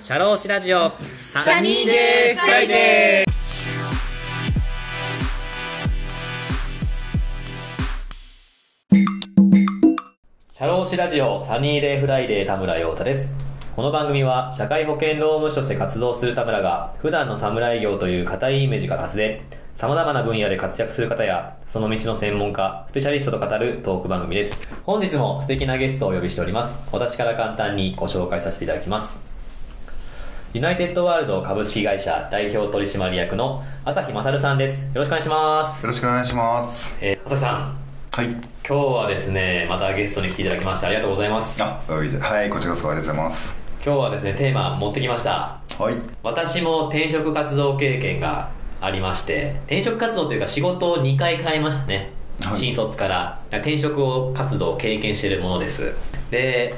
シャローシラジオサニーデーフライデーシャローシラジオサニーデイフライデー田村陽太ですこの番組は社会保険労務士として活動する田村が普段の侍業という固いイメージから外れ様々な分野で活躍する方やその道の専門家スペシャリストと語るトーク番組です本日も素敵なゲストをお呼びしております私から簡単にご紹介させていただきますユナイテッドワールド株式会社代表取締役の朝日勝さんですよろしくお願いします、よろしくお願いします。えー朝日さんはい。今日はですねまたゲストに来ていただきましてありがとうございますあ、おいではい、こちらこそありがとうございます。今日はですねテーマ持ってきましたはい。私も転職活動経験がありまして転職活動というか仕事を2回変えましたね、はい新卒から転職を活動を経験しているものですで、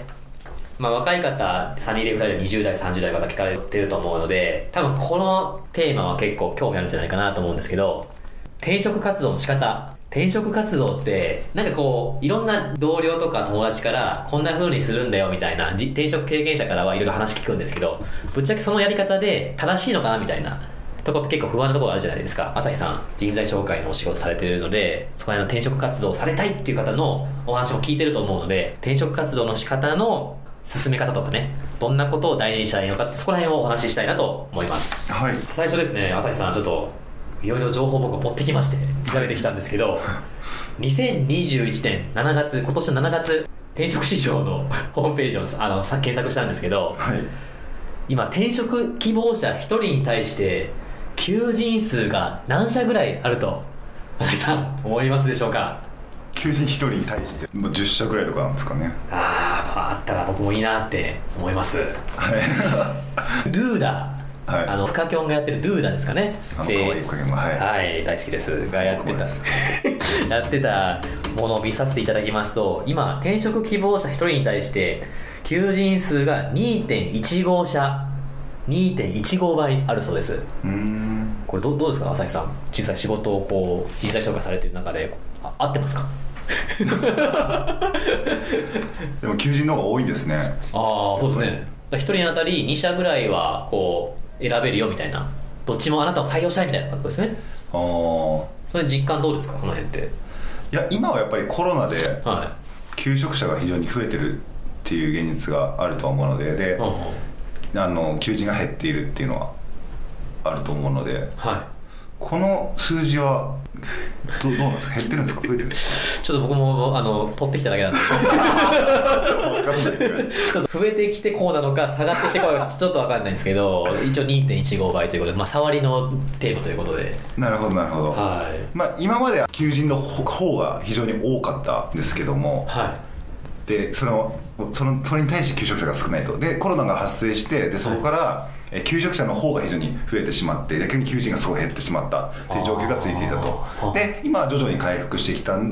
まあ、若い方サニーレフライド20代30代の方聞かれてると思うので多分このテーマは結構興味あるんじゃないかなと思うんですけど転職活動の仕方転職活動ってなんかこういろんな同僚とか友達からこんな風にするんだよみたいなじ転職経験者からはいろいろ話聞くんですけどぶっちゃけそのやり方で正しいのかなみたいなとこって結構不安なところあるじゃないですか朝日さん人材紹介のお仕事されてるのでそこら辺の転職活動をされたいっていう方のお話も聞いてると思うので転職活動の仕方の進め方とかねどんなことを大事にしたらいいのかそこら辺をお話ししたいなと思いますはい。最初ですね朝日さんちょっといろいろ情報僕持ってきまして調べてきたんですけ ど2021年7月今年の7月転職市場の ホームページをあのさ検索したんですけどはい。今転職希望者1人に対して求人数が何社ぐらいあると朝日さん思いますでしょうか求人一人に対して、もう10社ぐらいとかなんですかね。あーやっぱあったら僕もいいなって思いますはい。ドゥーダ、はいあのフカキョンがやってるドゥーダですかね あの、可で愛いおかげも、はい。はい、大好きですがやって僕もたですやってたものを見させていただきますと今転職希望者1人に対して求人数が2.15社2.15倍あるそうですうーん。これどどうですか朝日さん実際仕事をこう人材紹介されてる中であ合ってますかでも求人の方が多いんですね。ああそうですやっねぱり1人に当たり2社ぐらいはこう選べるよみたいなどっちもあなたを採用したいみたいなことですねああ。それ実感どうですかその辺っていや、今はやっぱりコロナでは求職者が非常に増えてるっていう現実があるとは思うので、い、でうん、うん、あの求人が減っているっていうのはあると思うので、はいこの数字はどどうなんですか減ってるんですか増え てるんですちょっと僕もあの取ってきただけなんですけどか分かんないけどちょっと増えてきてこうなのか下がってきてこうなのかちょっと分かんないんですけど一応2.15倍ということで、まあ、触りのテーマということでなるほどなるほど、はいまあ、今まで求人の方が非常に多かったんですけどもはいでそのそのそれに対して求職者が少ないとでコロナが発生してでそこから、え求職者の方が非常に増えてしまって逆に求人がすごい減ってしまったっていう状況がついていたあーとで今は徐々に回復してきたっ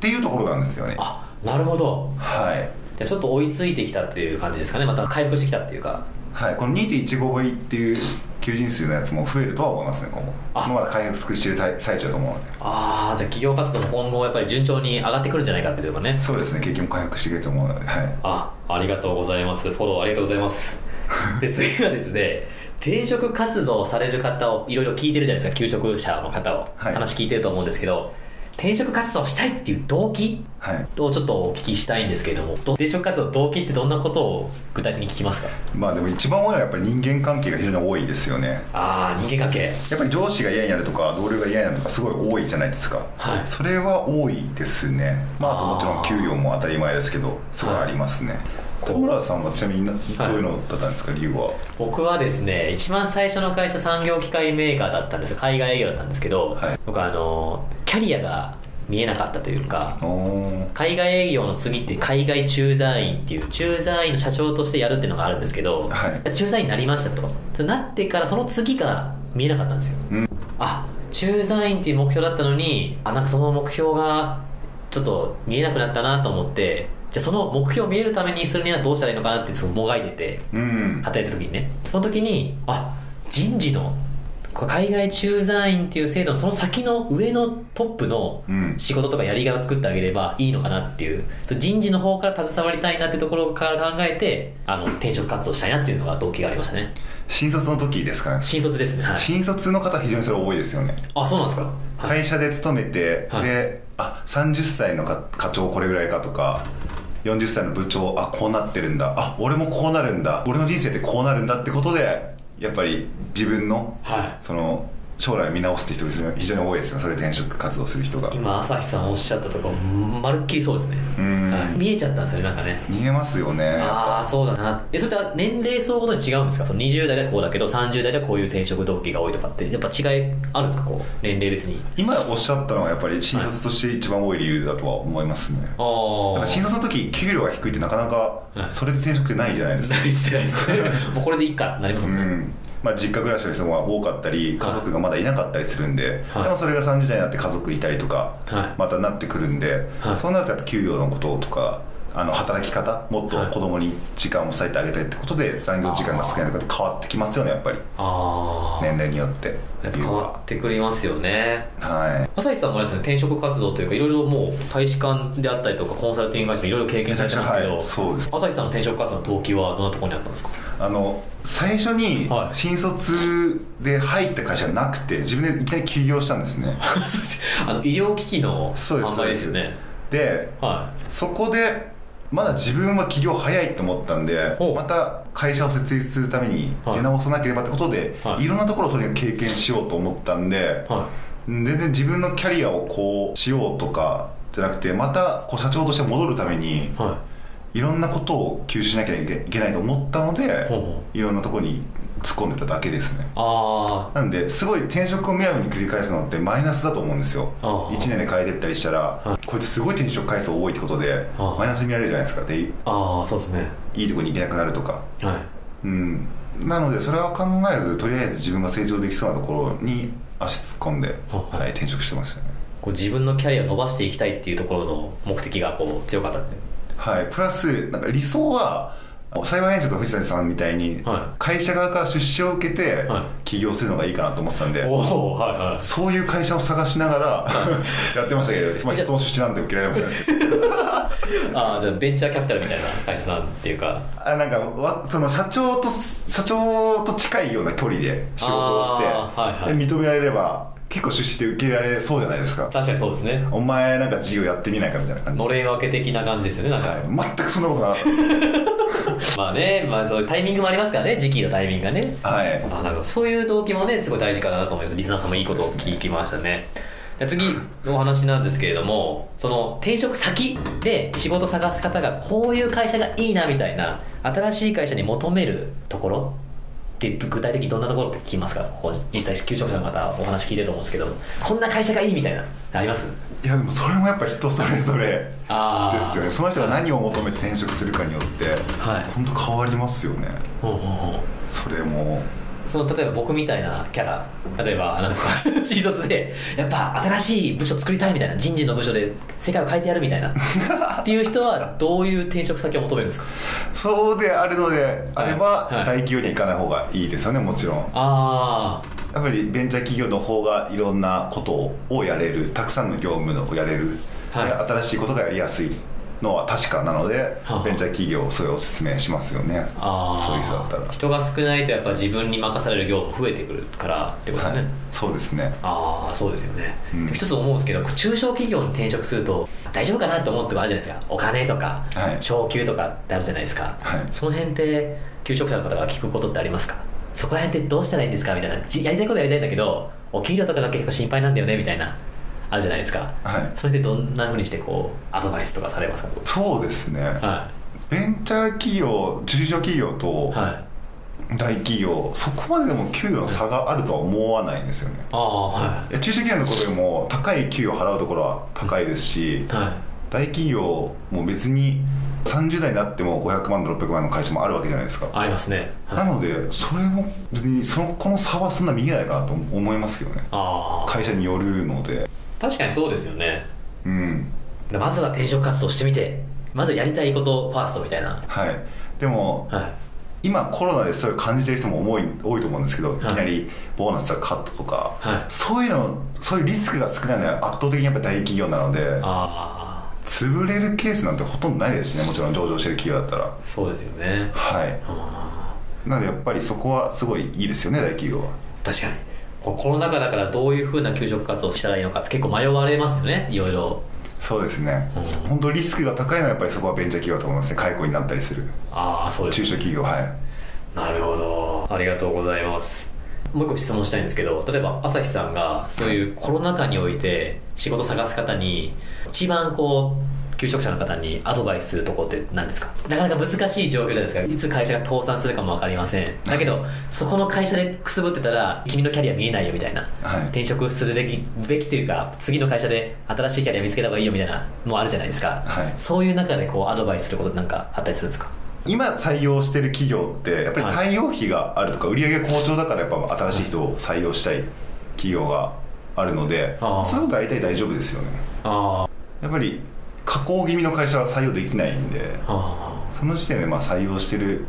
ていうところなんですよねあなるほどはいじゃあちょっと追いついてきたっていう感じですかねまた回復してきたっていうかはい、この2.15倍っていう求人数のやつも増えるとは思いますね今後あまだ回復している最最中だと思うのでああじゃあ企業活動も今後やっぱり順調に上がってくるんじゃないかっていうとこねそうですね結局も回復していけると思うのではいあありがとうございますフォローありがとうございますで 次はですね転職活動をされる方をいろいろ聞いてるじゃないですか求職者の方を、はい話聞いてると思うんですけど転職活動したいっていう動機はいをちょっとお聞きしたいんですけれどもど転職活動の動機ってどんなことを具体的に聞きますかまあでも一番多いのはやっぱり人間関係が非常に多いですよねああ人間関係やっぱり上司が嫌になるとか同僚が嫌になるとかすごい多いじゃないですか、はいそれは多いですねまああともちろあんー給料も当たり前ですけどすごいありますね、こう小村さんはちなみになどういうのだったんですか、理由は僕はですね一番最初の会社産業機械メーカーだったんです海外営業だったんですけど、はい僕はあのキャリアが見えなかったというかおー海外営業の次って海外駐在員っていう駐在員の社長としてやるっていうのがあるんですけど、はい駐在員になりましたととなってからその次が見えなかったんですよ、うんあ駐在員っていう目標だったのにあなんかその目標がちょっと見えなくなったなと思ってじゃあその目標を見えるためにするにはどうしたらいいのかなってすごいもがいててうん働いた時にねその時にあ人事のこれ海外駐在員っていう制度のその先の上のトップのうん仕事とかやりがいを作ってあげればいいのかなっていうその人事の方から携わりたいなってところから考えてあの転職活動したいなっていうのが動機がありましたね新卒の時ですかね新卒ですねはい新卒の方非常にそれ多いですよねあそうなんですかはい会社で勤めて、はいであ30歳のか課長これぐらいかとか40歳の部長あこうなってるんだあ俺もこうなるんだ俺の人生ってこうなるんだってことでやっぱり自分のはいその将来を見直すって人が非常に多いですねそれ転職活動する人が今朝日さんおっしゃったとこまるっきりそうですね、うんはい、見えちゃったんですよねなんかね逃げますよねああそうだなえそれって年齢層ごとに違うんですかその20代ではこうだけど30代ではこういう転職動機が多いとかってやっぱ違いあるんですかこう年齢別に今おっしゃったのはやっぱり新卒として一番多い理由だとは思いますね、あやっあぱ新卒の時給料が低いってなかなはかいそれで転職ってないじゃないです かないっすねないっすねもうこれでいいかってなりますうもんね、んまあ、実家暮らしの人が多かったり家族がまだいなかったりするんで、はいでもそれが30代になって家族いたりとか、はいまたなってくるんで、はいそうなるとやっぱ給与のこととかあの働き方もっとはい子供に時間を割いてあげたいってことで残業時間が少ないとかって変わってきますよねやっぱりああ年齢によってやっぱ変わってくれますよねは朝日さんもあれですね転職活動というかいろいろもう大使館であったりとかコンサルティング会社でいろいろ経い験されてますけど、はいそうです朝日さんの転職活動の動機はどんなところにあったんですかあの最初にはい新卒で入った会社がなくて自分でいきなり起業したんで すね あの医療機器のそうです販売ですよねではそこでまだ自分は起業早いと思ったんでほうまた会社を設立するためにはい出直さなければってことで、はいい、ろんなところをとにかく経験しようと思ったんでい、は全然自分のキャリアをこうしようとかじゃなくてまたこう社長として戻るためにいはいいろんなことを吸収しなきゃいけないと思ったのでほうほいろんなところに突っ込んでただけですねあなんですごい転職をむやみに繰り返すのってマイナスだと思うんですよああ1年で変えてったりしたら、はこいつすごい転職回数多いってことでああマイナスに見られるじゃないですかでいあああそうですねいいとこに行けなくなるとかはいうんなのでそれは考えずとりあえず自分が成長できそうなところに足突っ込んで、はあはい、転職してましたねこう自分のキャリアを伸ばしていきたいっていうところの目的がこう強かったってはいプラスなんか理想は裁判員長と藤谷さんみたいにはい会社側から出資を受けては起業するのがいいかなと思ってたんで、おおはいはいそういう会社を探しながら やってましたけど、まあ、人の出資なんて受けられませんでしたああじゃあベンチャーキャピタルみたいな会社さんっていうかあなんかわその社長とす社長と近いような距離で仕事をして、あーはいはいで認められれば結構出資って受けられそうじゃないですか確かにそうですねお前なんか事業やってみないかみたいな感じので、れん分け的な感じですよねなんか、はい、全くそんなことなかっまあねまあそういうタイミングもありますからね時期のタイミングがねたはいあなんかそういう動機もねすごい大事かなと思いますリスナーさんもいいことを聞きましたねじゃあ次のお話なんですけれどもその転職先で仕事探す方がこういう会社がいいなみたいな新しい会社に求めるところって具体的にどんなところって聞きますかこう実際求職者の方お話聞いてると思うんですけどこんな会社がいいみたいなありますいやでもそれもやっぱ人それぞれあーですよねその人が何を求めて転職するかによってはい本当変わりますよねほうほうほうそれもその例えば僕みたいなキャラ例えばなんですか 新卒でやっぱ新しい部署作りたいみたいな人事の部署で世界を変えてやるみたい なっていう人はどういう転職先を求めるんですかそうであるのであればはいはい大企業に行かない方がいいですよねもちろんあやっぱりベンチャー企業の方がいろんなことをやれるたくさんの業務をやれる、はいで新しいことがやりやすいのは確かなので、はあベンチャー企業それをおすすめしますよねーあーそういう人だったら人が少ないとやっぱ自分に任される業務増えてくるからってことですね、はい、そうですねああそうですよね、うん一つ思うんですけど中小企業に転職すると大丈夫かなって思うってもあるじゃないですかお金とか、はい昇給とかってあるじゃないですか、はいその辺って求職者の方が聞くことってありますかそこら辺ってどうしたらいいんですかみたいなじやりたいことやりたいんだけどお給料とかが結構心配なんだよねみたいなあるじゃないですか、はいそれでどんなふうにしてこうアドバイスとかされますかそうですね、はベンチャー企業中小企業いとはい大企業そこまででも給与の差があるとは思わないんですよねああはいや中小企業のところでも高い給与を払うところは高いですし、いはい大企業も別に30代になっても500万と600万の会社もあるわけじゃないですかありますね、はい、なのでそれも別にそのこの差はそんな見えないかなと思いますけどねああ会社によるので確かにそうですよねうんまずは転職活動してみてまずやりたいことファーストみたいなはいでもはい今コロナでそれを感じてる人も多い多いと思うんですけど、いい、きなりボーナスがカットとか、はいそういうのそういうリスクが少ないのは圧倒的にやっぱ大企業なのでああ潰れるケースなんてほとんどないですしねもちろん上場してる企業だったらそうですよねはいあなのでやっぱりそこはすごいいいですよね大企業はー確かにこうコロナ禍だからどういうふうな求職活動をしたらいいのかって結構迷われますよねいろいろそうですねうん本当リスクが高いのはやっぱりそこはベンチャー企業だと思いますね解雇になったりするああそうです中小企業はいなるほどありがとうございますもう一個質問したいんですけど例えば朝日さんがそういうコロナ禍において仕事探す方に一番こう求職者の方にアドバイスするところって何ですかなかなか難しい状況じゃないですかいつ会社が倒産するかも分かりませんだけどそこの会社でくすぶってたら君のキャリア見えないよみたいな、はい転職するべきべきというか次の会社で新しいキャリア見つけた方がいいよみたいなもあるじゃないですか、はいそういう中でこうアドバイスすることってなんかあったりするんですか今採用してる企業ってやっぱり採用費があるとか売り上げ好調だからやっぱ新しい人を採用したい企業があるのでああそういうことは大体大丈夫ですよねあやっぱり加工気味の会社は採用できないんであその時点でまあ採用してる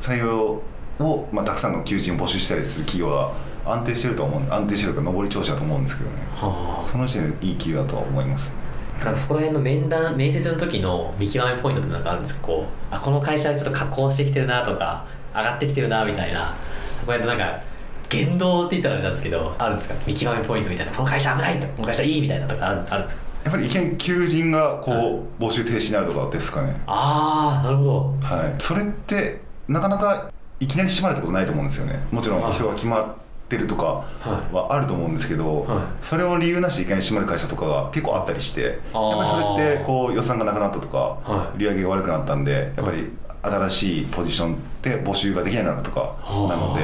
採用をまあたくさんの求人を募集したりする企業は安定してると思うん安定してるというか上り調子だと思うんですけどねはその時点でいい企業だとは思いますねあ、なんかそこら辺の面談面接の時の見極めポイントってなんかあるんですかこうあこの会社ちょっと加工してきてるなとか上がってきてるなみたいなこうやってなんか言動って言ったらあれなんですけどあるんですか見極めポイントみたいなこの会社危ないとこの会社いいみたいなとかあるあるんですかやっぱり意見求人がこう募集停止になるとかですかねああなるほどはい、それってなかなかいきなり閉まるってことないと思うんですよねもちろはんい人が決まってるとかはいはあると思うんですけど、はそれを理由なしでいきなり閉まる会社とかが結構あったりしてやっあーぱりそれってこう予算がなくなったとか、はい売り上げが悪くなったんでやっぱり新しいポジションで募集ができなくなったとかはなあので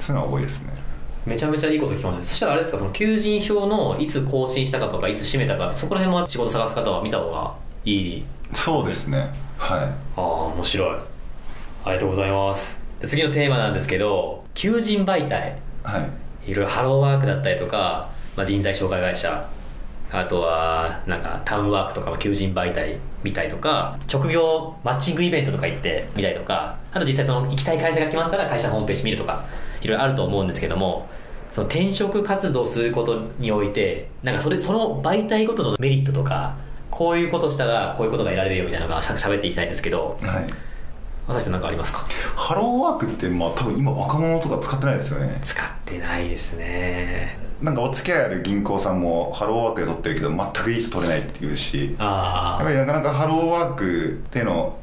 そういうのは多いですねめちゃめちゃいいこと聞きましたねそしたらあれですかその求人票のいつ更新したかとかいつ閉めたかそこら辺も仕事探す方は見た方がいいそうですねはいああ面白いありがとうございますで次のテーマなんですけど求人媒体はいいろいろハローワークだったりとか、まあ、人材紹介会社あとはなんかタウンワークとかの求人媒体見たりとか職業マッチングイベントとか行ってみたりとかあと実際その行きたい会社が決まったら会社ホームページ見るとかいろいろあると思うんですけどもその転職活動することにおいてなんかそれその媒体ごとのメリットとかこういうことしたらこういうことが得られるよみたいなのがしゃ喋っていきたいんですけどはい私さん何かありますかハローワークってまあ多分今若者とか使ってないですよね使ってないですねなんかお付き合いある銀行さんもハローワークで取ってるけど全くいい人取れないっていうしやっぱありなかなかハローワークっていうの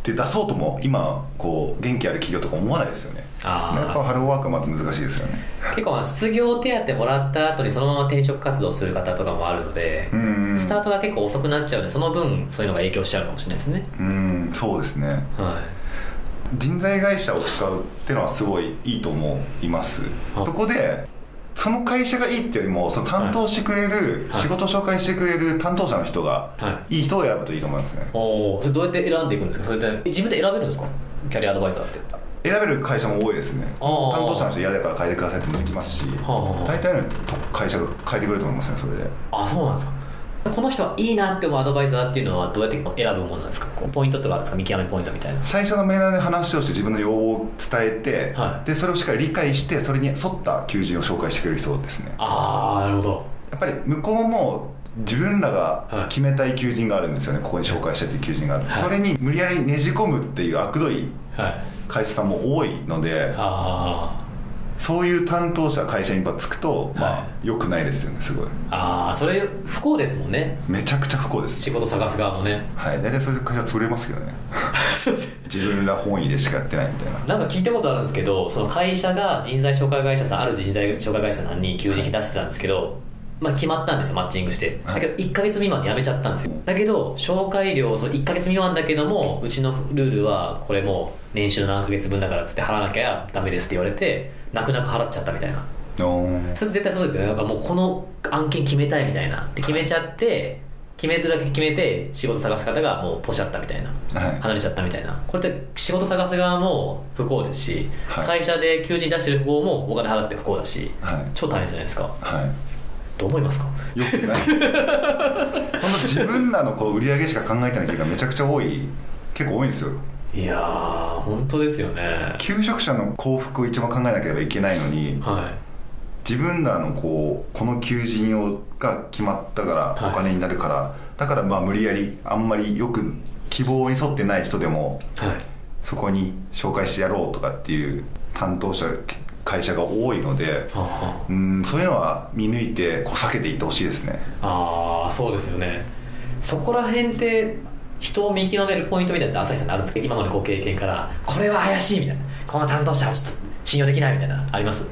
って出そうとも今こう元気ある企業とか思わないですよねあああやっぱハローワークはまず難しいですよね結構まあ失業手当もらった後にそのまま転職活動する方とかもあるのでう、んスタートが結構遅くなっちゃうのでその分そういうのが影響しちゃうかもしれないですねうんそうですねはい人材会社を使うっていうのはすごいいいと思いますあそこでその会社がいいっていうよりもその担当してくれる、はい仕事を紹介してくれる担当者の人が、、はいい人を選ぶといいと思いますねおおそれどうやって選んでいくんですかそれで自分で選べるんですかキャリアアドバイザーって選べる会社も多いですね担ああ当者の人嫌だから変えてくださいってもできますしあはあ大体の会社が変えてくれると思いますねそれであそうなんですかこの人はいいなって思うアドバイザーっていうのはどうやって選ぶものなんですかこうポイントとかあるんですか見極めポイントみたいな最初の面談で話をして自分の要望を伝えて、はいでそれをしっかり理解してそれに沿った求人を紹介してくれる人ですねああなるほどやっぱり向こうも自分らはがい決めたい求人があるんですよね、ここに紹介したいという求人があって、はいそれに無理やりねじ込むっていう悪どいはい会社さんも多いのであそういう担当者会社にやっぱつくと、まあ良くないですよねすごいーあーそれ不幸ですもんねめちゃくちゃ不幸です仕事探す側もねはい、大体そういう会社潰れますけどね そうです自分ら本位でしかやってないみたいななんか聞いたことあるんですけどその会社が人材紹介会社さんある人材紹介会社さんに求人費出してたんですけど、まあ、決まったんですよマッチングしてはだいけど1ヶ月未満で辞めちゃったんですよだけど紹介料その1ヶ月未満だけどもうちのルールはこれもう年収の何ヶ月分だからっつって払わなきゃダメですって言われて泣く泣く払っちゃったみたいなおーそれ絶対そうですよねなんかもうこの案件決めたいみたいなで決めちゃって決めるだけ決めて仕事探す方がもうポシャったみたいなはい離れちゃったみたいなこれって仕事探す側も不幸ですし、はい会社で求人出してる方もお金払って不幸だしはい超大変じゃないですかはどう思いますかいよくない本 当自分らのこう売り上げしか考えてない企業がめちゃくちゃ多い結構多いんですよいやー本当ですよね求職者の幸福を一番考えなければいけないのにはい自分らのこうこの求人をが決まったからはいお金になるから、だからまあ無理やりあんまりよく希望に沿ってない人でもはいそこに紹介してやろうとかっていう担当者会社が多いのではあはうんそういうのは見抜いてこう避けていってほしいですねああーそうですよねそこら辺って人を見極めるポイントみたいなのって朝日さんにあるんですか今までのご経験からこれは怪しいみたいなこの担当者はちょっと信用できないみたいなあります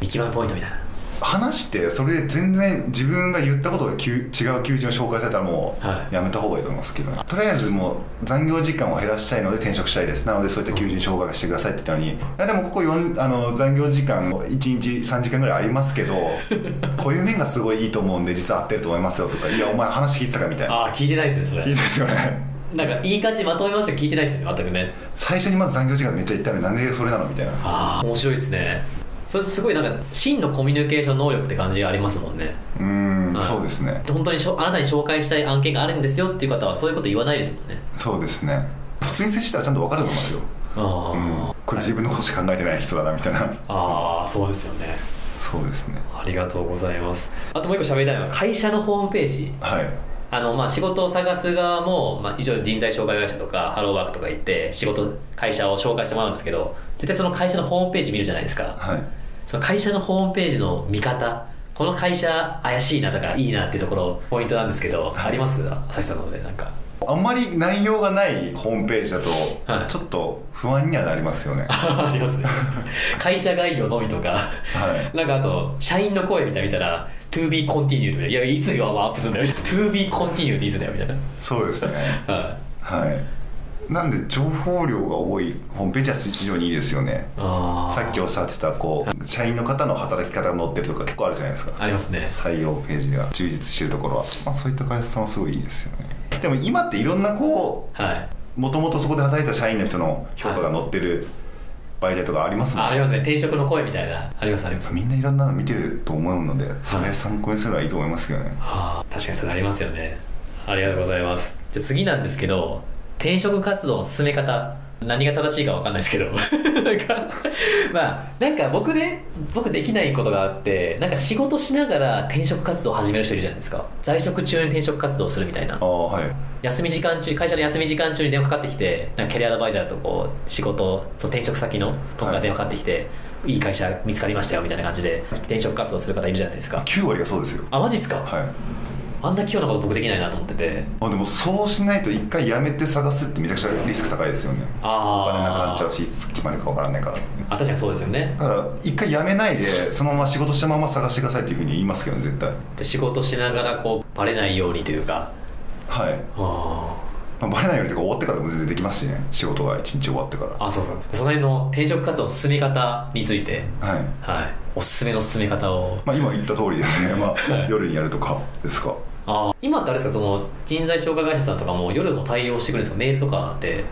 見極めポイントみたいな話してそれで全然自分が言ったことがきゅ違う求人を紹介されたらもはいうやめた方がいいと思いますけどね、とりあえずもう残業時間を減らしたいので転職したいですなのでそういった求人紹介してくださいって言ったのにいやでもここよんあの残業時間1日3時間ぐらいありますけどこういう面がすごいいいと思うんで実は合ってると思いますよとかいやお前話聞いてたかみたいなああ聞いてないですねそいいれですよねなんかいい感じにまとめましたけど聞いてないですね全くね最初にまず残業時間めっちゃ言ったのになんでそれなのみたいなああ面白いですねそれすごいなんか真のコミュニケーション能力って感じがありますもんねうーん、はいそうですね本当にしょあなたに紹介したい案件があるんですよっていう方はそういうこと言わないですもんねそうですね普通に接したらちゃんと分かると思いますよ、あうん、これ自分のことしか考えてない人だなみたいなああそうですよねそうですねありがとうございますあともう一個喋りたいのは会社のホームページはいあのまあ仕事を探す側も、まあ、一応人材紹介会社とかハローワークとか行って仕事会社を紹介してもらうんですけど絶対その会社のホームページ見るじゃないですかはいその会社のホームページの見方この会社怪しいなとかいいなっていうところポイントなんですけど、はいあります朝日さんの方でなんか あんまり内容がないホームページだと、はいちょっと不安にはなりますよねはありますね会社概要のみとかいなんかあと社員の声みたいなの見たら「to be continued」みたいな「いやいつよアップするんだよ」to be continued」でいいっすねみたいなそうですねはいはいなんで情報量が多いホームページは非常にいいですよねあーさっきおっしゃってたこう社員の方の働き方が載ってるとか結構あるじゃないですかありますね採用ページが充実してるところは、まあ、そういった会社さんはすごいいいですよねでも今っていろんなこはい、うもともとそこで働いた社員の人の評価が載ってる媒体とかありますもんあありますね転職の声みたいなありますありますみんないろんなの見てると思うのでそれ参考にすればいいと思いますけどねあー確かにそれありますよねありがとうございますじゃあ次なんですけど転職活動の進め方何が正しいか分かんないですけどなんかまあなんか僕ね僕できないことがあってなんか仕事しながら転職活動を始める人いるじゃないですか在職中に転職活動をするみたいなああはい休み時間中会社の休み時間中に電話かかってきてなんかキャリアアドバイザーとこう仕事その転職先のとこから電話かかってきて、い、い会社見つかりましたよみたいな感じで転職活動する方いるじゃないですか9割がそうですよあマジっすか、はいあんな器用なこと僕できないなと思っててあでもそうしないと一回やめて探すってめちゃくちゃリスク高いですよねあおー金なくなっちゃうしいつ決まるかわからないからだあ確かにそうですよねから一回やめないでそのまま仕事したまま探してくださいっていうふうに言いますけどね絶対で仕事しながらこうバレないようにというかはい、あまあ、バレないようにとか終わってからでも全然できますしね仕事が一日終わってからーあそうそうその辺の転職活動の進め方についてはいはいおすすめの進め方をまあ今言った通りですね、まあは、い夜にやるとかですかあー今ってあれですかその人材紹介会社さんとかも夜も対応してくれるんですかメールとかって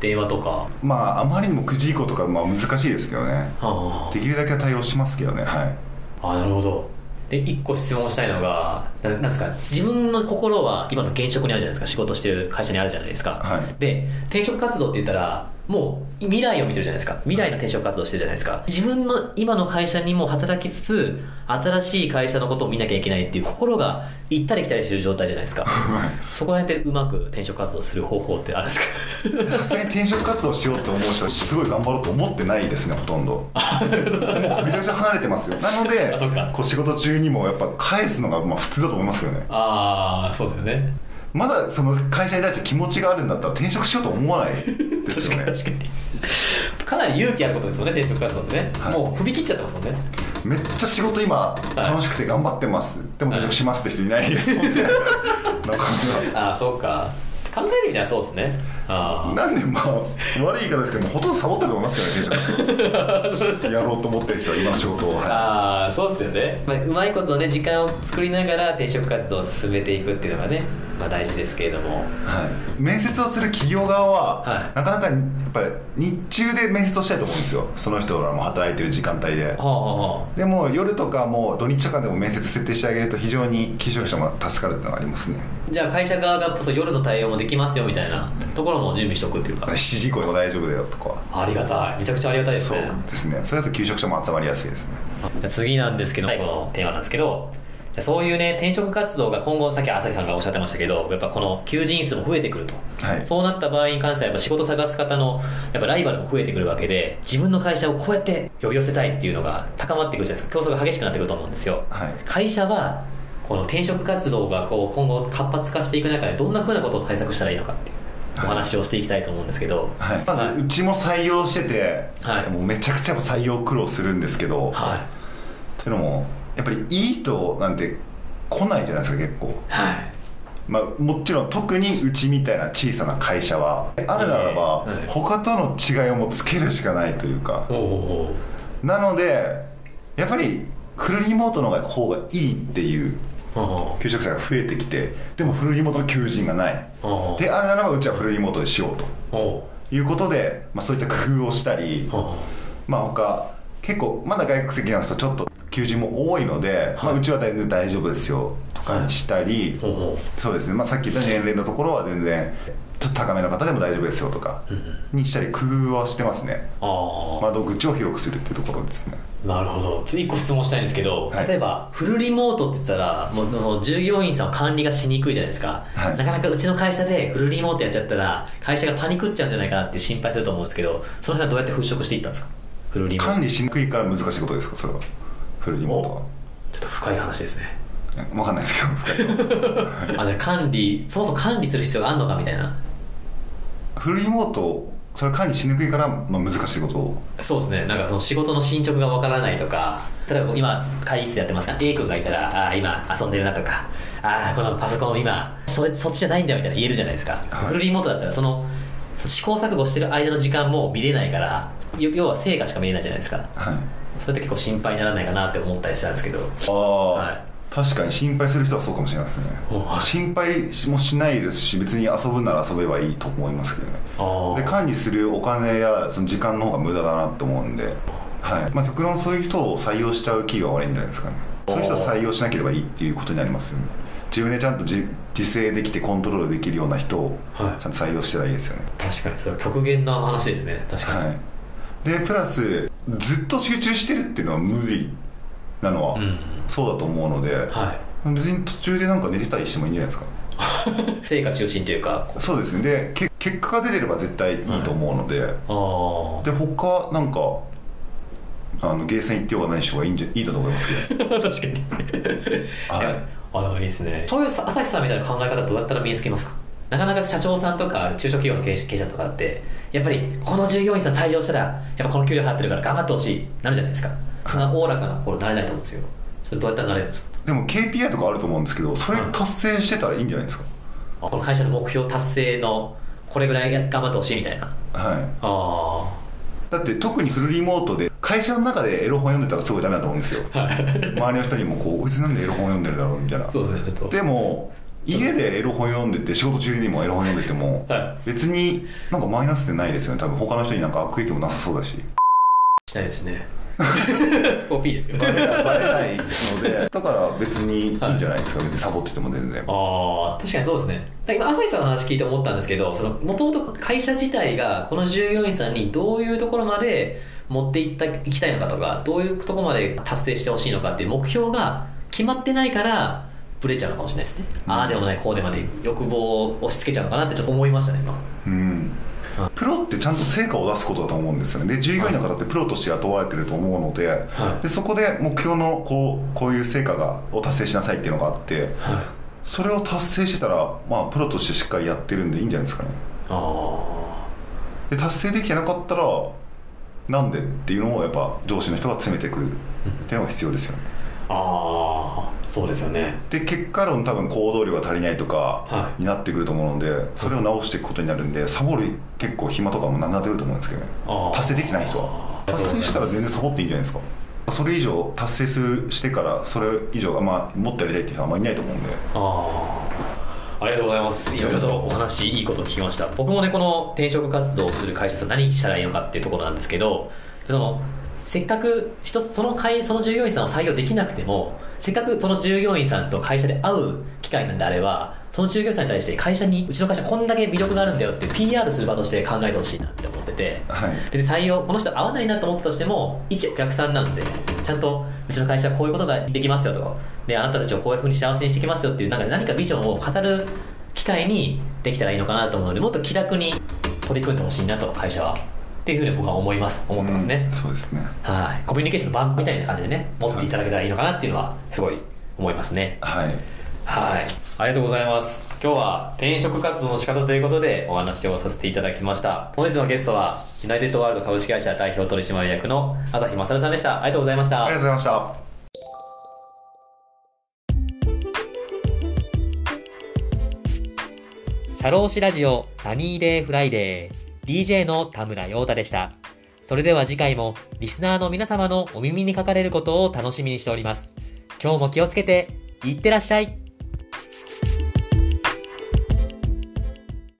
電話とかまああまりにも9時以降とかまあ難しいですけどねあできるだけは対応しますけどねはいあなるほどで1個質問したいのがななんですか自分の心は今の現職にあるじゃないですか仕事してる会社にあるじゃないですか、はいで転職活動って言ったらもう未来を見てるじゃないですか未来の転職活動してるじゃないですか自分の今の会社にも働きつつ新しい会社のことを見なきゃいけないっていう心が行ったり来たりしてる状態じゃないですかそこら辺でうまく転職活動する方法ってあるんですかさすがに転職活動しようと思う人はすごい頑張ろうと思ってないですねほとんどもうめちゃくちゃ離れ てますよなのであそっかこう仕事中にもやっぱ返すのがまあ普通だと思いますけどねああそうですよねまだその会社に対して気持ちがあるんだったら転職しようと思わないですよ ね確かにかなり勇気あることですよね転職活動ってね、はいもう踏み切っちゃってますもんねめっちゃ仕事今楽しくて頑張ってますでも転職しますって人いないですもんね なんかああそうか考えてみたらそうですねあなんでまあ悪い言い方ですけどもうほとんどサボってると思いますけどね転 職やろうと思ってる人は今の仕事を、あはいああそうっすよね、まあ、うまいことね時間を作りながら転職活動を進めていくっていうのがねが大事ですけれどもはい、面接をする企業側は、はいなかなかやっぱり日中で面接をしたいと思うんですよその人らも働いてる時間帯ではあはでも夜とかも土日とかでも面接設定してあげると非常に求職者も助かるっていうのがありますねあじゃあ会社側がそう夜の対応もできますよみたいなところも準備しとくっていうか7時以降でも大丈夫だよとかはありがたいめちゃくちゃありがたいですそうねですねそれだと求職者も集まりやすいですねじゃあ次なんですけど最後のテーマなんですけどじゃあそういうね転職活動が今後さっき朝日さんがおっしゃってましたけどやっぱこの求人数も増えてくると、はいそうなった場合に関してはやっぱ仕事探す方のやっぱライバルも増えてくるわけで自分の会社をこうやって呼び寄せたいっていうのが高まってくるじゃないですか競争が激しくなってくると思うんですよはい会社はこの転職活動がこう今後活発化していく中でどんなふうなことを対策したらいいのかっていうお話をしていきたいと思うんですけどはい、まはいずうちも採用してて、はいもうめちゃくちゃ採用苦労するんですけど、はというのもやっぱりいい人なんて来ないじゃないですか結構いはいまあ、もちろん特にうちみたいな小さな会社はあるならば、ええはい他との違いをもうつけるしかないというかおうおうおうなのでやっぱりフルリモートの方がいいっていうおう求職者が増えてきてでもフルリモートの求人がないおうであるならばうちはフルリモートでしようとおういうことで、まあ、そういった工夫をしたり、おうまあ他結構まだ外国籍の人ちょっと求人も多いので、まあ、うちは全然大丈夫ですよとかにしたり、おうおうそうですね、まあ、さっき言った年齢のところは全然ちょっと高めの方でも大丈夫ですよとかにしたり工夫はしてますねああ窓口を広くするっていうところですねなるほどちょっと1個質問したいんですけど、はい例えばフルリモートって言ったらもうその従業員さんを管理がしにくいじゃないですか、はいなかなかうちの会社でフルリモートやっちゃったら会社がパニクっちゃうんじゃないかなって心配すると思うんですけどその辺はどうやって払拭していったんですかフルリモート管理しにくいから難しいことですかそれはフルリモートちょっと深い話ですねは分かんないですけど深 いとあじゃあ管理そもそも管理する必要があるのかみたいなフルリモートそれは管理しにくいから、まあ、難しいことをそうですねなんかその仕事の進捗がわからないとか例えば今会議室やってますが A 君がいたらあー今遊んでるなとかあーこのパソコン今それそっちじゃないんだよみたいな言えるじゃないですか、はいフルリモートだったらそのその試行錯誤してる間の時間も見れないからよ要は成果しか見れないじゃないですかはいそれって結構心配にならないかなって思ったりしたんですけどああ、はい確かに心配する人はそうかもしれないですねおはい心配もしないですし別に遊ぶなら遊べばいいと思いますけどねあで管理するお金やその時間の方が無駄だなと思うんで、はいまあ、極論そういう人を採用しちゃう企業が悪いんじゃないですかねそういう人を採用しなければいいっていうことになりますよね自分でちゃんとじ自制できてコントロールできるような人をちゃはんいと採用してたらいいですよね確かにそれは極限な話ですね確かに、はいでプラスずっと集中してるっていうのは無理なのはうんそうだと思うので、はい別に途中でなんか寝てたりしてもいいんじゃないですか成果中心というかこそうですねでけ結果が出てれば絶対いいと思うので、う あで他なんかあのゲーセン行ってようがない人がいいんじゃいいだと思いますけどあ確かにはいあでもいいですねそういうさ朝日さんみたいな考え方どうやったら身につけますかなかなか社長さんとか中小企業の経営経営者とかってやっぱりこの従業員さん採用したらやっぱこの給料払ってるから頑張ってほしいなるじゃないですかそんなおおらかな心なれないと思うんですよそれどうやったらなれるんですかでも KPI とかあると思うんですけどそれ達成してたらいいんじゃないですかあこの会社の目標達成のこれぐらい頑張ってほしいみたいなはいあだって特にフルリモートで会社の中でエロ本読んでたらすごいダメだと思うん ですよ周りの人にもこう「こいつなんでエロ本読んでるだろう」みたいなあそうですねちょっとでも家でエロ本読んでて仕事中にもエロ本読んでてもは別になんかマイナスってないですよね多分他の人になんか悪意気もなさそうだししないです ねここ P ですけどバレバレないのでだから別にいいんじゃないですか別にサボってても全然ああ確かにそうですねだ今朝日さんの話聞いて思ったんですけどもともと会社自体がこの従業員さんにどういうところまで持っていったいきたいのかとかどういうところまで達成してほしいのかっていう目標が決まってないからブレちゃうのかもしれないですね、ああでもないこうでもない欲望を押し付けちゃうのかなってちょっと思いましたね今うんはいプロってちゃんと成果を出すことだと思うんですよねで従業員の方ってプロとして雇われてると思うので,、はいでそこで目標のこうこういう成果がを達成しなさいっていうのがあってはいそれを達成してたら、まあ、プロとしてしっかりやってるんでいいんじゃないですかねああで達成できてなかったらなんでっていうのをやっぱ上司の人が詰めてくるっていうのが必要ですよねああそうですよねで結果論多分行動量が足りないとはかいになってくると思うので、それを直していくことになるんでサボる結構暇とかもなくなってくると思うんですけどねあー達成できない人はありがと達うござい成ますしたら全然サボっていいんじゃないですかそれ以上達成するしてからそれ以上がまあもっとやりたいっていう人はあんまりいないと思うんでああありがとうございます。いろいろとお話、いいこと聞きました。僕もね、この転職活動をする会社さん、何したらいいのかっていうところなんですけど、その、せっかく一つその会その従業員さんを採用できなくてもせっかくその従業員さんと会社で会う機会なんであればその従業員さんに対して会社にうちの会社こんだけ魅力があるんだよっていう PR する場として考えてほしいなって思っててはい別に採用この人合わないなと思ったとしても一お客さんなんでちゃんとうちの会社はこういうことができますよとかであなたたちをこういうふうに幸せにしてきますよっていうなんか何かビジョンを語る機会にできたらいいのかなと思うのでもっと気楽に取り組んでほしいなと会社はっていうふうに僕は思います思ってますねうん、そうですねはいコミュニケーションの場みたいな感じでね持っていただけたらいいのかなっていうのはすごい思いますねはいはいありがとうございます今日は転職活動の仕方ということでお話をさせていただきました本日のゲストはユナイテッドワールド株式会社代表取締役の朝日勝さんでしたありがとうございましたありがとうございました社労士ラジオサニーデイフライデー DJ の田村陽太でした。それでは次回もリスナーの皆様のお耳にかかれることを楽しみにしております。今日も気をつけて、いってらっしゃい